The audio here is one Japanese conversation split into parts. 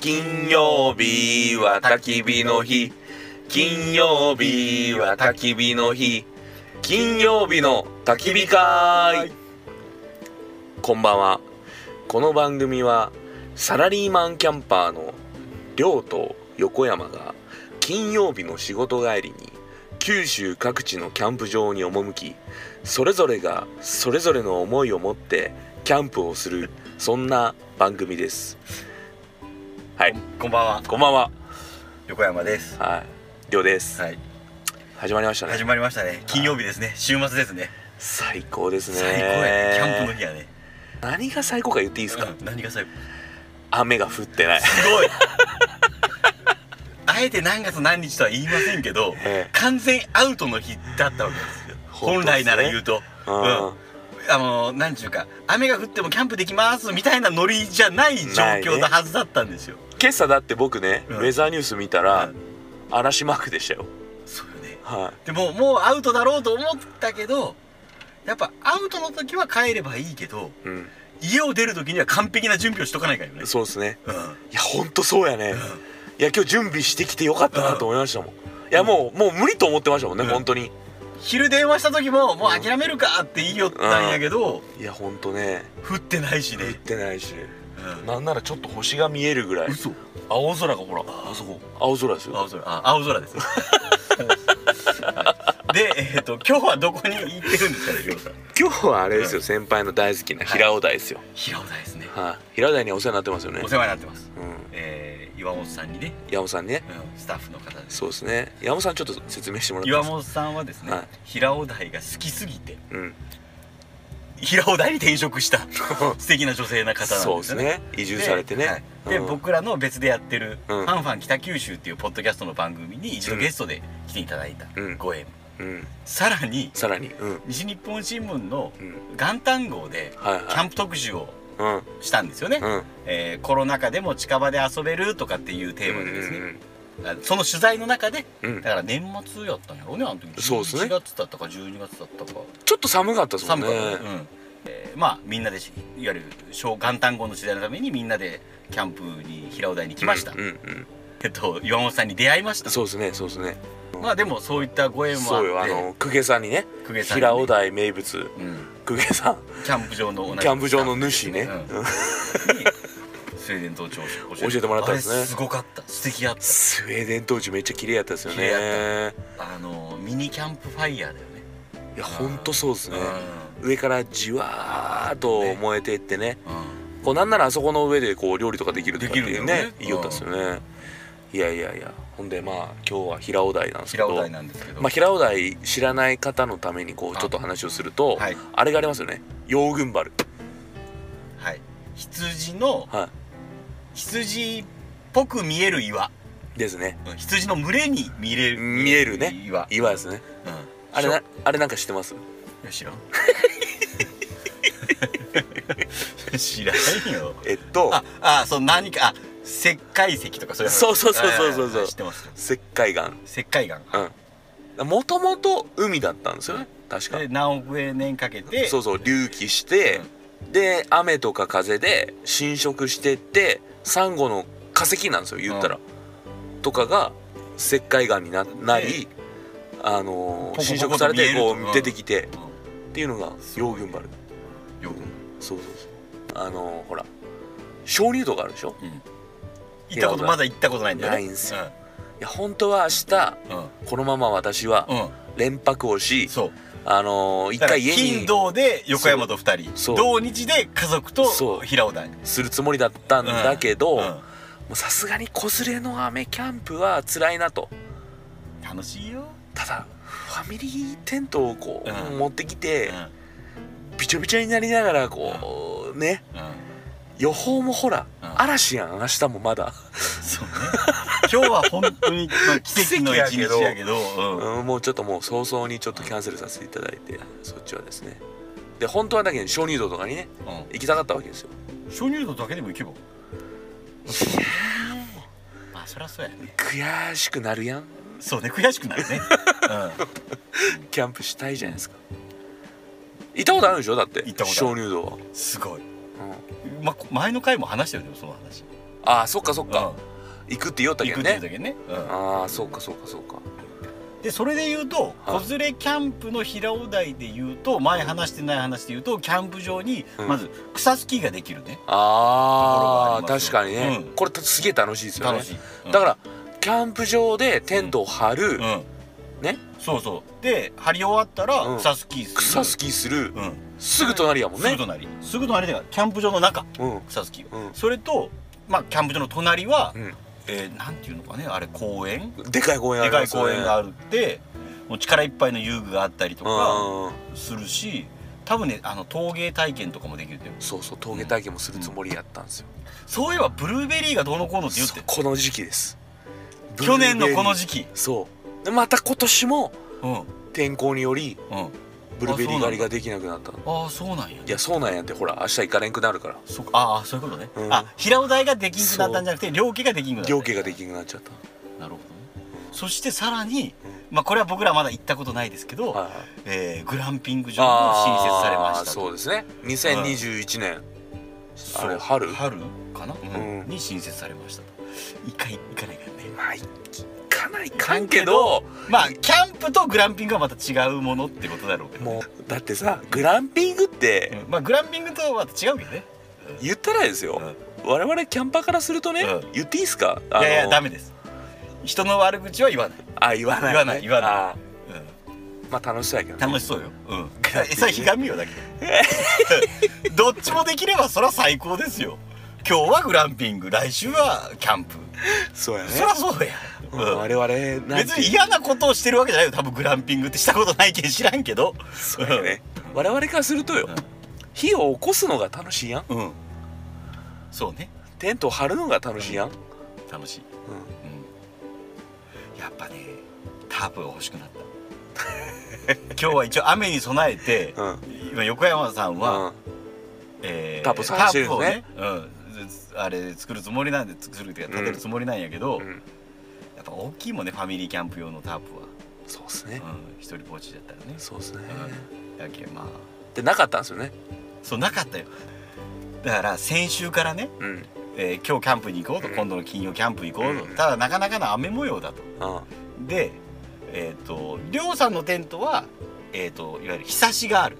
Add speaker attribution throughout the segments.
Speaker 1: 金曜日は焚き火の日金曜日は焚き火の日金曜日の焚き火会こんばんはこの番組はサラリーマンキャンパーの亮と横山が金曜日の仕事帰りに九州各地のキャンプ場に赴きそれぞれがそれぞれの思いを持ってキャンプをするそんな番組ですはい
Speaker 2: こんばんは
Speaker 1: こんばんは
Speaker 2: 横山です
Speaker 1: はい亮です、
Speaker 2: はい
Speaker 1: 始まりましたね
Speaker 2: 始まりましたね金曜日ですね週末ですね
Speaker 1: 最高ですね
Speaker 2: 最高やねキャンプの日やね
Speaker 1: 何が最高か言っていいですか、
Speaker 2: うん何が最高
Speaker 1: 雨が降ってない
Speaker 2: すごいあえて何月何日とは言いませんけど
Speaker 1: ええ
Speaker 2: 完全アウトの日だったわけですよ
Speaker 1: 本
Speaker 2: 本
Speaker 1: 当で
Speaker 2: 来
Speaker 1: すね
Speaker 2: なら言うと
Speaker 1: うん
Speaker 2: うんあの何ちゅうか雨が降ってもキャンプできますみたいなノリじゃない状況のはずだったんですよ、
Speaker 1: 今朝だって僕ね、
Speaker 2: うん
Speaker 1: ウェザーニュース見たら、
Speaker 2: うん
Speaker 1: 嵐マークでしたよ
Speaker 2: そうよね
Speaker 1: は
Speaker 2: でももうアウトだろうと思ったけどやっぱアウトの時は帰ればいいけど
Speaker 1: い、うん、
Speaker 2: 家を出る時には完璧な準備をしとかないからよね
Speaker 1: そうですね
Speaker 2: うん
Speaker 1: いやほんとそうやね、いや今日準備してきてよかったなと思いましたもん、いやもうもう無理と思ってましたもんね、
Speaker 2: うん
Speaker 1: 本当に
Speaker 2: 昼電話した時ももう諦めるかって言いよったんやけど、
Speaker 1: いやほんとね
Speaker 2: 降ってないし
Speaker 1: 降っ
Speaker 2: ね、
Speaker 1: てないし
Speaker 2: うん
Speaker 1: なんならちょっと星が見えるぐらい
Speaker 2: 嘘
Speaker 1: 青空がほら
Speaker 2: あそこ
Speaker 1: 青空ですよ
Speaker 2: 青空あ青空ですねはい でえっ、と今日はどこに行ってるんですかね亮さん
Speaker 1: 今日はあれですよ、先輩の大好きな平尾台ですよ、
Speaker 2: 平尾台ですね
Speaker 1: はい平尾台にはお世話になってますよね
Speaker 2: お世話になってます
Speaker 1: うん
Speaker 2: えー、岩本さんにね、
Speaker 1: 山本さんね
Speaker 2: うん、スタッフの方です
Speaker 1: そうですね山本さんちょっと説明してもらっていい
Speaker 2: 岩
Speaker 1: ですか
Speaker 2: 本さんはですね、
Speaker 1: はい
Speaker 2: 平尾台が好きすぎて
Speaker 1: うん
Speaker 2: 平尾台に転職した素敵な女性な方な
Speaker 1: そ
Speaker 2: ん
Speaker 1: う
Speaker 2: で
Speaker 1: ですす
Speaker 2: よね
Speaker 1: ね移住されてね、
Speaker 2: で,はい、で
Speaker 1: うん
Speaker 2: 僕らの別でやってる「フ
Speaker 1: うん
Speaker 2: ァンファン北九州」っていうポッドキャストの番組に一
Speaker 1: う
Speaker 2: 度
Speaker 1: ん
Speaker 2: ゲストで来ていただいた
Speaker 1: うん
Speaker 2: ご
Speaker 1: う
Speaker 2: 縁、
Speaker 1: ん
Speaker 2: さらに
Speaker 1: さらにうん
Speaker 2: 西日本新聞の
Speaker 1: うん
Speaker 2: 元旦号で
Speaker 1: はい
Speaker 2: キャ
Speaker 1: は
Speaker 2: ンプ特集を
Speaker 1: いうん
Speaker 2: したんですよね、
Speaker 1: うん
Speaker 2: えーコロナ禍でも近場で遊べるとかっていうテーマでですね、あその取材の中で
Speaker 1: うんうんう
Speaker 2: だ
Speaker 1: ん
Speaker 2: から年末やったんやろうねあの時
Speaker 1: そうですね
Speaker 2: 11月だったか12月だったか
Speaker 1: ちょっと寒かったですもん
Speaker 2: 寒
Speaker 1: ね
Speaker 2: かったね、うんえーまあみんなでしいわゆる小元旦号の取材のためにみんなでキャンプに平尾台に来ました、
Speaker 1: うんうん
Speaker 2: えっと、岩本さんに出会いました
Speaker 1: そうですねそうですね
Speaker 2: まあでもそういったご縁もあっ
Speaker 1: そうよあ
Speaker 2: て
Speaker 1: の公家さんにね
Speaker 2: 公家さんにね
Speaker 1: 平尾台名物
Speaker 2: うん、
Speaker 1: 公家さん
Speaker 2: キャンプ場の同じ
Speaker 1: キャンプ場の主ね
Speaker 2: うんにスウェーデン島長を
Speaker 1: 教えてもらったんですね
Speaker 2: あれすごかった素敵だっ
Speaker 1: スウェーデン当時めっちゃ綺麗やったですよ
Speaker 2: 綺麗や
Speaker 1: ね
Speaker 2: たあのミニキャンプファイヤーだよね
Speaker 1: いやほんとそうですね
Speaker 2: う
Speaker 1: 上からじわーっと燃えていってね
Speaker 2: ん、
Speaker 1: こうなんならあそこの上でこう料理とかできるとかってい
Speaker 2: でき
Speaker 1: う
Speaker 2: るんだよ
Speaker 1: ね
Speaker 2: ね
Speaker 1: 言いよったですよねいやいやいやほんでまあ今日は平尾台なんですけ
Speaker 2: 平尾
Speaker 1: ど
Speaker 2: 台なんですけど、
Speaker 1: まあ平尾台知らない方のためにこうちょっと話をすると
Speaker 2: はい
Speaker 1: あれがありますよね羊群丸
Speaker 2: はい、羊の
Speaker 1: は
Speaker 2: 羊っぽく見える岩
Speaker 1: いですね
Speaker 2: うん羊の群れに見れる
Speaker 1: 見えるね
Speaker 2: 岩、
Speaker 1: 岩ですね
Speaker 2: うん、
Speaker 1: あれなあれなんか知ってます
Speaker 2: い や知らん知らんよ
Speaker 1: えっと
Speaker 2: ああそう何かあ石灰石とかそういう話
Speaker 1: そうそうそうそうそうそう
Speaker 2: はいはいはい知ってます
Speaker 1: 石灰岩
Speaker 2: 石灰岩
Speaker 1: うんもともと海だったんですよね確か
Speaker 2: で何億年かけて
Speaker 1: そうそう隆起して、で雨とか風で侵食してってサンゴの化石なんですよ言ったら、とかが石灰岩にななり、あのー
Speaker 2: ポコポコと
Speaker 1: 侵食されて
Speaker 2: 見える
Speaker 1: こ
Speaker 2: とか
Speaker 1: う出てきて
Speaker 2: うん
Speaker 1: っていうのが
Speaker 2: す
Speaker 1: 羊
Speaker 2: ごい
Speaker 1: 群丸
Speaker 2: よく
Speaker 1: そうそうそうあのーほら鍾乳洞があるでしょ
Speaker 2: うん行ったことまだ行ったことないんだよね
Speaker 1: ないんすよいや本当は明日
Speaker 2: うんうん
Speaker 1: このまま私は
Speaker 2: うん
Speaker 1: 連泊をし、
Speaker 2: そう
Speaker 1: あのー一
Speaker 2: だから
Speaker 1: 回家
Speaker 2: 金
Speaker 1: に
Speaker 2: 土で横山と二人
Speaker 1: そう
Speaker 2: 同日で家族
Speaker 1: そ
Speaker 2: と
Speaker 1: う
Speaker 2: 平尾台
Speaker 1: するつもりだったんだけど、
Speaker 2: うん
Speaker 1: もうさすがに子連れの雨キャンプは辛いなと
Speaker 2: 楽しいよ
Speaker 1: ただファミリーテントをこう、
Speaker 2: うん
Speaker 1: 持ってき
Speaker 2: う
Speaker 1: て
Speaker 2: んうん
Speaker 1: びちょびちょになりながらこう、ね予報もほら、
Speaker 2: うん
Speaker 1: 嵐やん明日もまだ、
Speaker 2: そうね今日は本当にまあ奇跡の一 日やけどうん
Speaker 1: うんもうちょっともう早々にちょっとキャンセルさせていただいて、そっちはですねで本当はだけど鍾乳洞とかにね
Speaker 2: う
Speaker 1: 行きたかったわけですよ
Speaker 2: ん鍾乳洞だけでも行けばまあそりゃそうやね
Speaker 1: 悔しくなるやん
Speaker 2: そうね悔しくなるね
Speaker 1: キャンプしたいじゃないですか行ったことあるでしょだって
Speaker 2: 行ったことあ
Speaker 1: 鍾
Speaker 2: る
Speaker 1: 乳洞は、
Speaker 2: うんすごい
Speaker 1: うん
Speaker 2: ま、前の回も話したよねその話
Speaker 1: ああそっかそっ
Speaker 2: うん
Speaker 1: か、行くって言おった
Speaker 2: 行
Speaker 1: け
Speaker 2: く
Speaker 1: ど
Speaker 2: ってい
Speaker 1: ね
Speaker 2: うだけね、うん
Speaker 1: ああそうかそうかそうか
Speaker 2: でそれで言うと
Speaker 1: は
Speaker 2: 子
Speaker 1: い
Speaker 2: 連れキャンプの平尾台で言うと前話してない話で言うとキャンプ場に
Speaker 1: うん
Speaker 2: まず草スキーができるね、
Speaker 1: あ
Speaker 2: ところがあり
Speaker 1: ー
Speaker 2: ます
Speaker 1: 確
Speaker 2: よ
Speaker 1: かにね、
Speaker 2: うん
Speaker 1: これすげえ楽しいですよね
Speaker 2: 楽しい、うん
Speaker 1: だからキャンプ場でテントを張る、
Speaker 2: うん
Speaker 1: ね
Speaker 2: そうそうで張り終わったら
Speaker 1: うん
Speaker 2: 草スキーする、
Speaker 1: 草スキーする、
Speaker 2: うん
Speaker 1: すぐ隣やもん
Speaker 2: すぐ
Speaker 1: ね
Speaker 2: 隣すぐ隣でキャンプ場の中
Speaker 1: うん
Speaker 2: 草スキーは、
Speaker 1: うん
Speaker 2: それとまあキャンプ場の隣は、
Speaker 1: うん
Speaker 2: えーなんていうのかねあれ公園
Speaker 1: でかい公園あ
Speaker 2: で
Speaker 1: り
Speaker 2: か
Speaker 1: ま
Speaker 2: い
Speaker 1: すよ
Speaker 2: 公
Speaker 1: ね
Speaker 2: 園があるってもう力いっぱいの遊具があったりとか
Speaker 1: うん
Speaker 2: するし多分ねあの陶芸体験とかもできるって
Speaker 1: そうそう峠体験もするつもりやったんですよ、
Speaker 2: そういえばブルーベリーがどうのこうのって言っ
Speaker 1: そ
Speaker 2: て
Speaker 1: うこの時期です
Speaker 2: 去年のこの
Speaker 1: 期
Speaker 2: 時期
Speaker 1: そうでまた今年も
Speaker 2: うんうん
Speaker 1: 天候により
Speaker 2: あ
Speaker 1: ブルーベリー狩りができなくなったの
Speaker 2: あそうなんや
Speaker 1: いやそうなんやってほら明日行かれんくなるから
Speaker 2: そっかああそういうことね、
Speaker 1: うん
Speaker 2: あ平尾台ができんくなったんじゃなくて両家ができんくなった
Speaker 1: 行家ができなくなっちゃっ
Speaker 2: なるほどねそしてさらに、まあ、これは僕らまだ行ったことないですけど、
Speaker 1: た、はいはい、
Speaker 2: えーグランピング場も新設されました
Speaker 1: あーそうですね2021年、
Speaker 2: そう
Speaker 1: あれ春
Speaker 2: 春かな、うん
Speaker 1: うん
Speaker 2: に新設されましたと一回行かないからね
Speaker 1: まあ行かないかんけど
Speaker 2: まあキャンプとグランピングはまた違うものってことだろうけどね
Speaker 1: もうだってさグランピングって
Speaker 2: うんまあグランピングとはまた違うけどね
Speaker 1: 言ったらですよ、我々キャンパーからするとね、
Speaker 2: うん
Speaker 1: 言っていいですか
Speaker 2: いやいやダ
Speaker 1: メ
Speaker 2: メです人の悪口は言わない、
Speaker 1: あ言わない、
Speaker 2: 言わない言わない
Speaker 1: あ
Speaker 2: うん
Speaker 1: ーまあ楽しそうやけど、ね、
Speaker 2: 楽
Speaker 1: し
Speaker 2: しそうよ、うん、
Speaker 1: ランピングね
Speaker 2: それひがみよだけどどっちもできればそら最高ですよ今日はグランピング来週はキャンプ
Speaker 1: そうやね
Speaker 2: そらそうや、
Speaker 1: うん我々なん
Speaker 2: うん、
Speaker 1: て
Speaker 2: 別に嫌なことをしてるわけじゃないよ多分グランピングってしたことないけん知らんけど
Speaker 1: そうやね我々からするとよ、
Speaker 2: うん
Speaker 1: 火を起こすのが楽しいやん
Speaker 2: うん、うんそうね
Speaker 1: テントを張るのが楽しいやん、うん
Speaker 2: 楽しい、うん、やっぱねタープが欲しくなった 今日は一応雨に備えて、
Speaker 1: うん
Speaker 2: 今横山さんは、
Speaker 1: うん
Speaker 2: え
Speaker 1: タープ探してるんですね
Speaker 2: タープをねうんずあれ作るつもりなんで作るっていうか
Speaker 1: うん
Speaker 2: 建てるつもりなんやけど、
Speaker 1: う
Speaker 2: や
Speaker 1: ん、
Speaker 2: っぱ大きいもんねファミリーキャンプ用のタープは、
Speaker 1: そうっすね、
Speaker 2: うん、一人ぼっちだったらね
Speaker 1: そうっすね、
Speaker 2: うんだけどまあ
Speaker 1: でなかったんですよね
Speaker 2: そうなかったよだから先週からね、
Speaker 1: うん
Speaker 2: えー今日キャンプに行こうと、今度の金曜キャンプ行こうと、
Speaker 1: うん
Speaker 2: ただなかなかの雨模様だと
Speaker 1: うん
Speaker 2: でえっ、と亮さんのテントはえっ、といわゆるひさしがある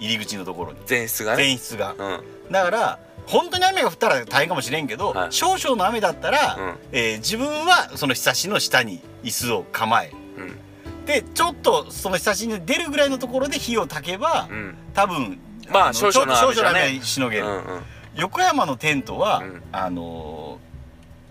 Speaker 2: 入り口のところに
Speaker 1: 前室がね
Speaker 2: 前室が
Speaker 1: うんうん
Speaker 2: だから本当に雨が降ったら大変かもしれんけど、
Speaker 1: はい
Speaker 2: 少々の雨だったら、えー自分はそのひさしの下に椅子を構え
Speaker 1: うん
Speaker 2: でちょっとそのひさしに出るぐらいのところで火を焚けば、
Speaker 1: うん
Speaker 2: 多分
Speaker 1: まあ
Speaker 2: の
Speaker 1: 少々の
Speaker 2: ちょ
Speaker 1: 雨
Speaker 2: っと
Speaker 1: じゃね
Speaker 2: 少々の雨しのげる、
Speaker 1: うんうん
Speaker 2: 横山のテントは、
Speaker 1: うん
Speaker 2: あの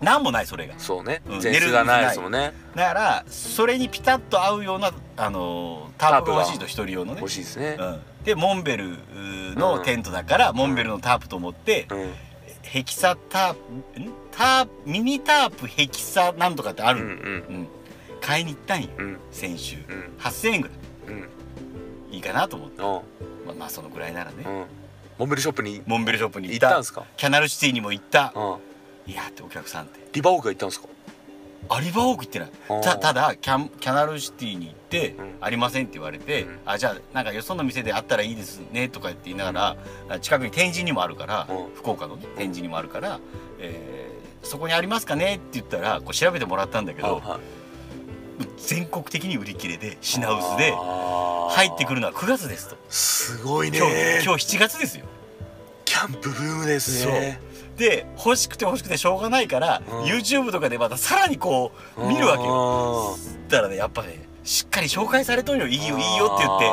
Speaker 2: ーなんもないそれが
Speaker 1: そうね
Speaker 2: うん
Speaker 1: 前室がないですもんね
Speaker 2: だからそれにピタッと合うような、あのータープが欲しいと一人用のね
Speaker 1: 欲しいですね
Speaker 2: うん、でモンベルうーのテントだから、モンベルのタープと思って、
Speaker 1: うん
Speaker 2: ヘキサタープんタープミニタープヘキサなんとかってあ
Speaker 1: うん
Speaker 2: る、うん買いに行ったんよ
Speaker 1: うんうん
Speaker 2: 先週
Speaker 1: うん
Speaker 2: 8000円ぐら
Speaker 1: うん
Speaker 2: いいいかなと思っ
Speaker 1: う
Speaker 2: て
Speaker 1: ん
Speaker 2: まあまあそのぐらいならね、
Speaker 1: うんモンベルショップに
Speaker 2: モンベルショップに行
Speaker 1: 行
Speaker 2: っ
Speaker 1: ったたんですか
Speaker 2: キャナルシティにも行った、
Speaker 1: うん
Speaker 2: いやーってお客さんって
Speaker 1: リバウォークが行ったんですか
Speaker 2: アリバーオーク行ってない
Speaker 1: あー
Speaker 2: たただキャンキャナルシティに行って、
Speaker 1: うん
Speaker 2: ありませんって言われて、
Speaker 1: うん
Speaker 2: あじゃあなんかよその店であったらいいですねとか言って言いながら、近くに天神にもあるから、
Speaker 1: うん
Speaker 2: 福岡のね天神にもあるから、えーそこにありますかねって言ったらこう調べてもらったんだけど、
Speaker 1: はい
Speaker 2: 全国的に売り切れで品薄で
Speaker 1: あー
Speaker 2: 入ってくるのは9月ですと
Speaker 1: すごいね
Speaker 2: 今日今日7月ですよ
Speaker 1: キャンプブームですね
Speaker 2: で欲しくて欲しくてしょうがないから、
Speaker 1: うん
Speaker 2: YouTube とかでまたさらにこう見るわけよ
Speaker 1: よ
Speaker 2: だからねやっぱねしっかり紹介されとんよいいよいいよって言って、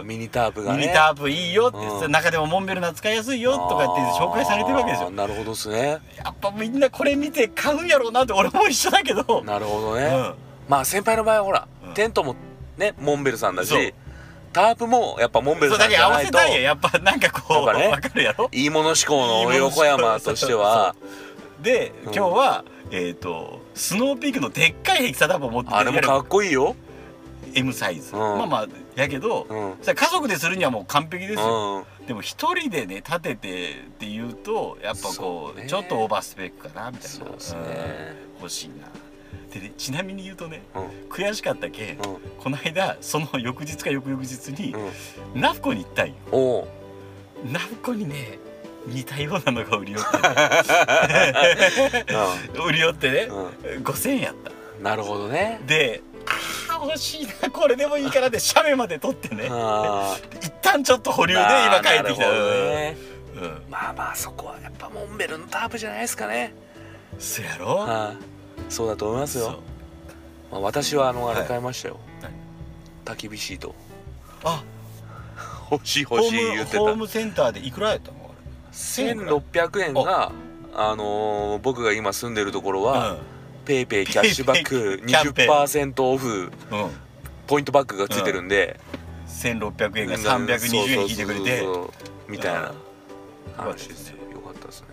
Speaker 2: うん、
Speaker 1: ミニタープがね
Speaker 2: ミニタープいいよって、
Speaker 1: うん
Speaker 2: 中でもモンベルナ使いやすいよとかって紹介されてるわけです
Speaker 1: あー
Speaker 2: よ
Speaker 1: なるほどですね
Speaker 2: やっぱみんなこれ見て買うんやろうなって俺も一緒だけど、
Speaker 1: なるほどね、
Speaker 2: うん
Speaker 1: まあ先輩の場合はほら、
Speaker 2: うん
Speaker 1: テントもねモンベルさんだ
Speaker 2: そう
Speaker 1: しタープもやっぱモンベル
Speaker 2: そう
Speaker 1: さ
Speaker 2: だ
Speaker 1: んじ
Speaker 2: け
Speaker 1: ゃ
Speaker 2: 合わ
Speaker 1: ない
Speaker 2: せ
Speaker 1: と
Speaker 2: たいややっぱなんかこう
Speaker 1: やっ
Speaker 2: わ
Speaker 1: ぱね
Speaker 2: かるやろ
Speaker 1: いいもの志向の横山としては
Speaker 2: で
Speaker 1: う
Speaker 2: 今
Speaker 1: ん
Speaker 2: 日は、えっ、とスノーピークのでっかいヘキサタープを持って
Speaker 1: あれもかっこいいよ、
Speaker 2: い M サイズ、
Speaker 1: うん
Speaker 2: まあまあやけど、
Speaker 1: うん
Speaker 2: それ家族でするにはもう完璧ですよ、
Speaker 1: うん
Speaker 2: でも一人でね立ててっていうとやっぱこ
Speaker 1: そううね
Speaker 2: ちょっとオーバースペックかなみたいな
Speaker 1: そうですね
Speaker 2: うん欲しいなでねちなみに言うとね
Speaker 1: うん
Speaker 2: 悔しかったけ、ん
Speaker 1: うん
Speaker 2: この間その翌日か翌々日に
Speaker 1: うん
Speaker 2: ナフコに行ったんよ
Speaker 1: おう
Speaker 2: ナフコにね似たようなのが売り寄って
Speaker 1: う
Speaker 2: 売り寄ってね、
Speaker 1: ん、
Speaker 2: 5,000円やった
Speaker 1: うん、なるほどね
Speaker 2: であー惜しいなこれでもいいからで写メまで撮ってね
Speaker 1: あー
Speaker 2: 一旦ちょっと保留で
Speaker 1: まあ
Speaker 2: 今帰ってきた
Speaker 1: なるほどね
Speaker 2: うんうん
Speaker 1: まあまあそこはやっぱモンベルのタープじゃないですかね
Speaker 2: そやろ
Speaker 1: はい、そうだと思います
Speaker 2: そう
Speaker 1: よ、まあ、私はあのあれ
Speaker 2: はい
Speaker 1: 買いましたよ、
Speaker 2: 何
Speaker 1: 焚き火シート
Speaker 2: あ
Speaker 1: 欲しい
Speaker 2: ホ
Speaker 1: 欲しい
Speaker 2: ー
Speaker 1: 言
Speaker 2: ム
Speaker 1: って
Speaker 2: ホー
Speaker 1: た
Speaker 2: ムセンターでいくらやったの
Speaker 1: 1600円があのー僕が今住んでるところ
Speaker 2: あれ
Speaker 1: は、ペイペイキャッシュバック
Speaker 2: ペイペイキャンペー
Speaker 1: 20%オフ
Speaker 2: うん、うん、
Speaker 1: ポイントバックがついてるんで、
Speaker 2: 1600円が
Speaker 1: なんか
Speaker 2: 320円引いてくれて
Speaker 1: そうそうそうそうみたいな
Speaker 2: よかった
Speaker 1: 話
Speaker 2: で
Speaker 1: です
Speaker 2: す
Speaker 1: よ
Speaker 2: ね
Speaker 1: よかったですね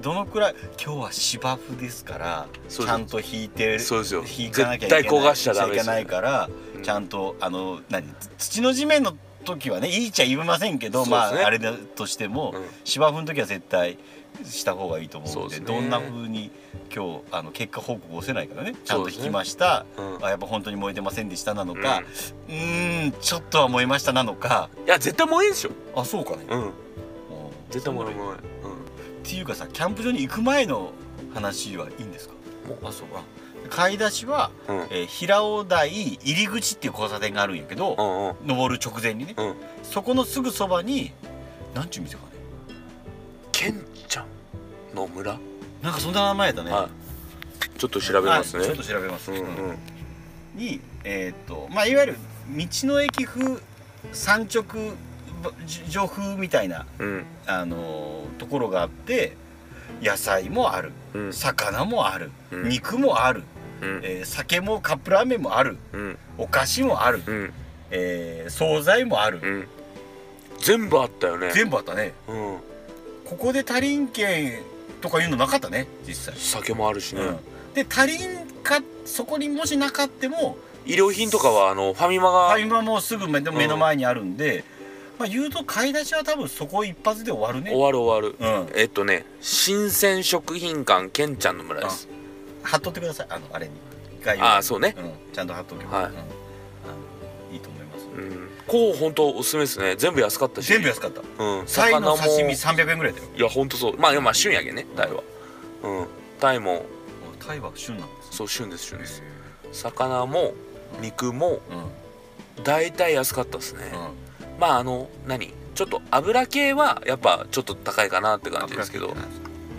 Speaker 2: どのくらい今日は芝生ですからち
Speaker 1: そうです
Speaker 2: ゃんと引いて
Speaker 1: そうですよ
Speaker 2: 引かなきゃいけない
Speaker 1: 絶対焦がしちゃダメですよ
Speaker 2: いけないから、
Speaker 1: うん
Speaker 2: ちゃんとあの何土の地面の時はねいいちゃ言いませんけ
Speaker 1: そ
Speaker 2: ど、
Speaker 1: うで
Speaker 2: ます
Speaker 1: ね
Speaker 2: ああれだとしても、
Speaker 1: うん
Speaker 2: 芝生の時は絶対した方がいいと思うんで
Speaker 1: そうですね
Speaker 2: どんな風に今日あの結果報告をせないからねちゃん
Speaker 1: そう
Speaker 2: と
Speaker 1: です
Speaker 2: 引
Speaker 1: ね
Speaker 2: きました、
Speaker 1: うん
Speaker 2: あやっぱ本当に燃えてませんでしたなのかうーんちょっとは燃えましたなのか
Speaker 1: いや絶対燃えんでしょ
Speaker 2: あそうかね、
Speaker 1: うん
Speaker 2: うん
Speaker 1: 絶対燃える燃えるうん
Speaker 2: っていうかさキャンプ場に行く前の話はいいんですか
Speaker 1: も
Speaker 2: あそうか買い出しは、
Speaker 1: うん
Speaker 2: えー平尾台入り口っていう交差点があるんやけど、
Speaker 1: うんうん
Speaker 2: 登る直前にね、
Speaker 1: うん
Speaker 2: そこのすぐそばになんちゅう店かね
Speaker 1: ケンちゃんの村、
Speaker 2: なんかそんな名前やったね、
Speaker 1: はいちょっと調べますね
Speaker 2: はいちょっと調べます、
Speaker 1: うんうん
Speaker 2: にえーっとまあいわゆる道の駅風山直上風みたいな、
Speaker 1: うん
Speaker 2: あのーところがあって野菜もある
Speaker 1: うん
Speaker 2: 魚もある、
Speaker 1: うん
Speaker 2: 肉もある、
Speaker 1: うん
Speaker 2: えー酒もカップラーメンもある
Speaker 1: うん
Speaker 2: お菓子もある、
Speaker 1: うん
Speaker 2: えー惣菜もある、
Speaker 1: うん全部あったよね
Speaker 2: 全部あったね
Speaker 1: うん
Speaker 2: ここで足りんけんとかいうのなかったね実際、
Speaker 1: 酒もあるしね、
Speaker 2: うんで足りんかそこにもしなかっても
Speaker 1: 衣料品とかはあのファミマが、
Speaker 2: あ今もうすぐ目の
Speaker 1: うん
Speaker 2: 目の前にあるんで、まあ言うと買い出しは多分そこ一発で終わる
Speaker 1: 終
Speaker 2: ね
Speaker 1: わる終わる、
Speaker 2: うん
Speaker 1: えっとね新鮮食品館ケンちゃんの村です
Speaker 2: 貼っとってくださいあのあれに概要欄に
Speaker 1: ああそうね、
Speaker 2: うん、ちゃんと貼っとけば、
Speaker 1: はい
Speaker 2: うんあのいいと思います、
Speaker 1: うん、こう本当おすすめですね全部安かったし
Speaker 2: 全部安かった
Speaker 1: うん
Speaker 2: サイ
Speaker 1: 魚
Speaker 2: の
Speaker 1: も
Speaker 2: 刺身300円ぐらいだよ
Speaker 1: いや本当そうまあいやまあ旬やけんねタイはうんタイも
Speaker 2: タイは旬なんです
Speaker 1: そう旬です旬です
Speaker 2: ね
Speaker 1: 魚も肉も
Speaker 2: うんうん
Speaker 1: 大体安かったですね、まああの何ちょっと油系はやっぱちょっと高いかなって感じですけど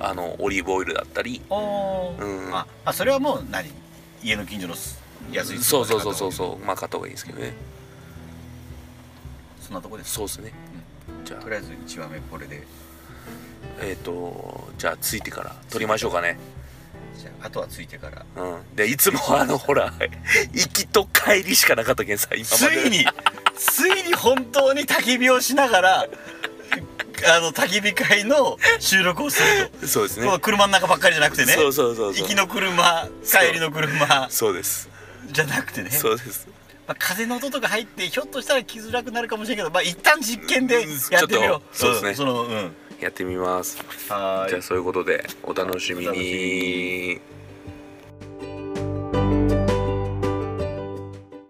Speaker 1: あのオリーブオイルだったり
Speaker 2: あー、
Speaker 1: うん
Speaker 2: ああそれはもう何家の近所のす安い
Speaker 1: そうそうそうそう
Speaker 2: う
Speaker 1: そうまあ買った方がいいですけどね
Speaker 2: そんなとこです
Speaker 1: そうですねじゃあ
Speaker 2: とりあえず1話目これで
Speaker 1: えっ、とじゃあついてから撮りましょうかね
Speaker 2: じゃああとはついてから
Speaker 1: うんでいつもあのほら行きと帰りしかなかったけんさ今
Speaker 2: つ
Speaker 1: まで
Speaker 2: いについに本当に焚き火をしながらあの焚き火会の収録をすると、
Speaker 1: そうですね
Speaker 2: この車の中ばっかりじゃなくてね
Speaker 1: そうそうそうそう
Speaker 2: 行きの車帰りの車
Speaker 1: そうです
Speaker 2: じゃなくてね、
Speaker 1: そうです
Speaker 2: まあ、風の音とか入ってひょっとしたら来づらくなるかもしれんけどまあ一旦実験でやってみよ
Speaker 1: うんちょっと
Speaker 2: う、
Speaker 1: そうですね
Speaker 2: んそのうん
Speaker 1: やってみます
Speaker 2: は
Speaker 1: じゃあそういうことでお楽しみ
Speaker 2: お楽しみ
Speaker 1: に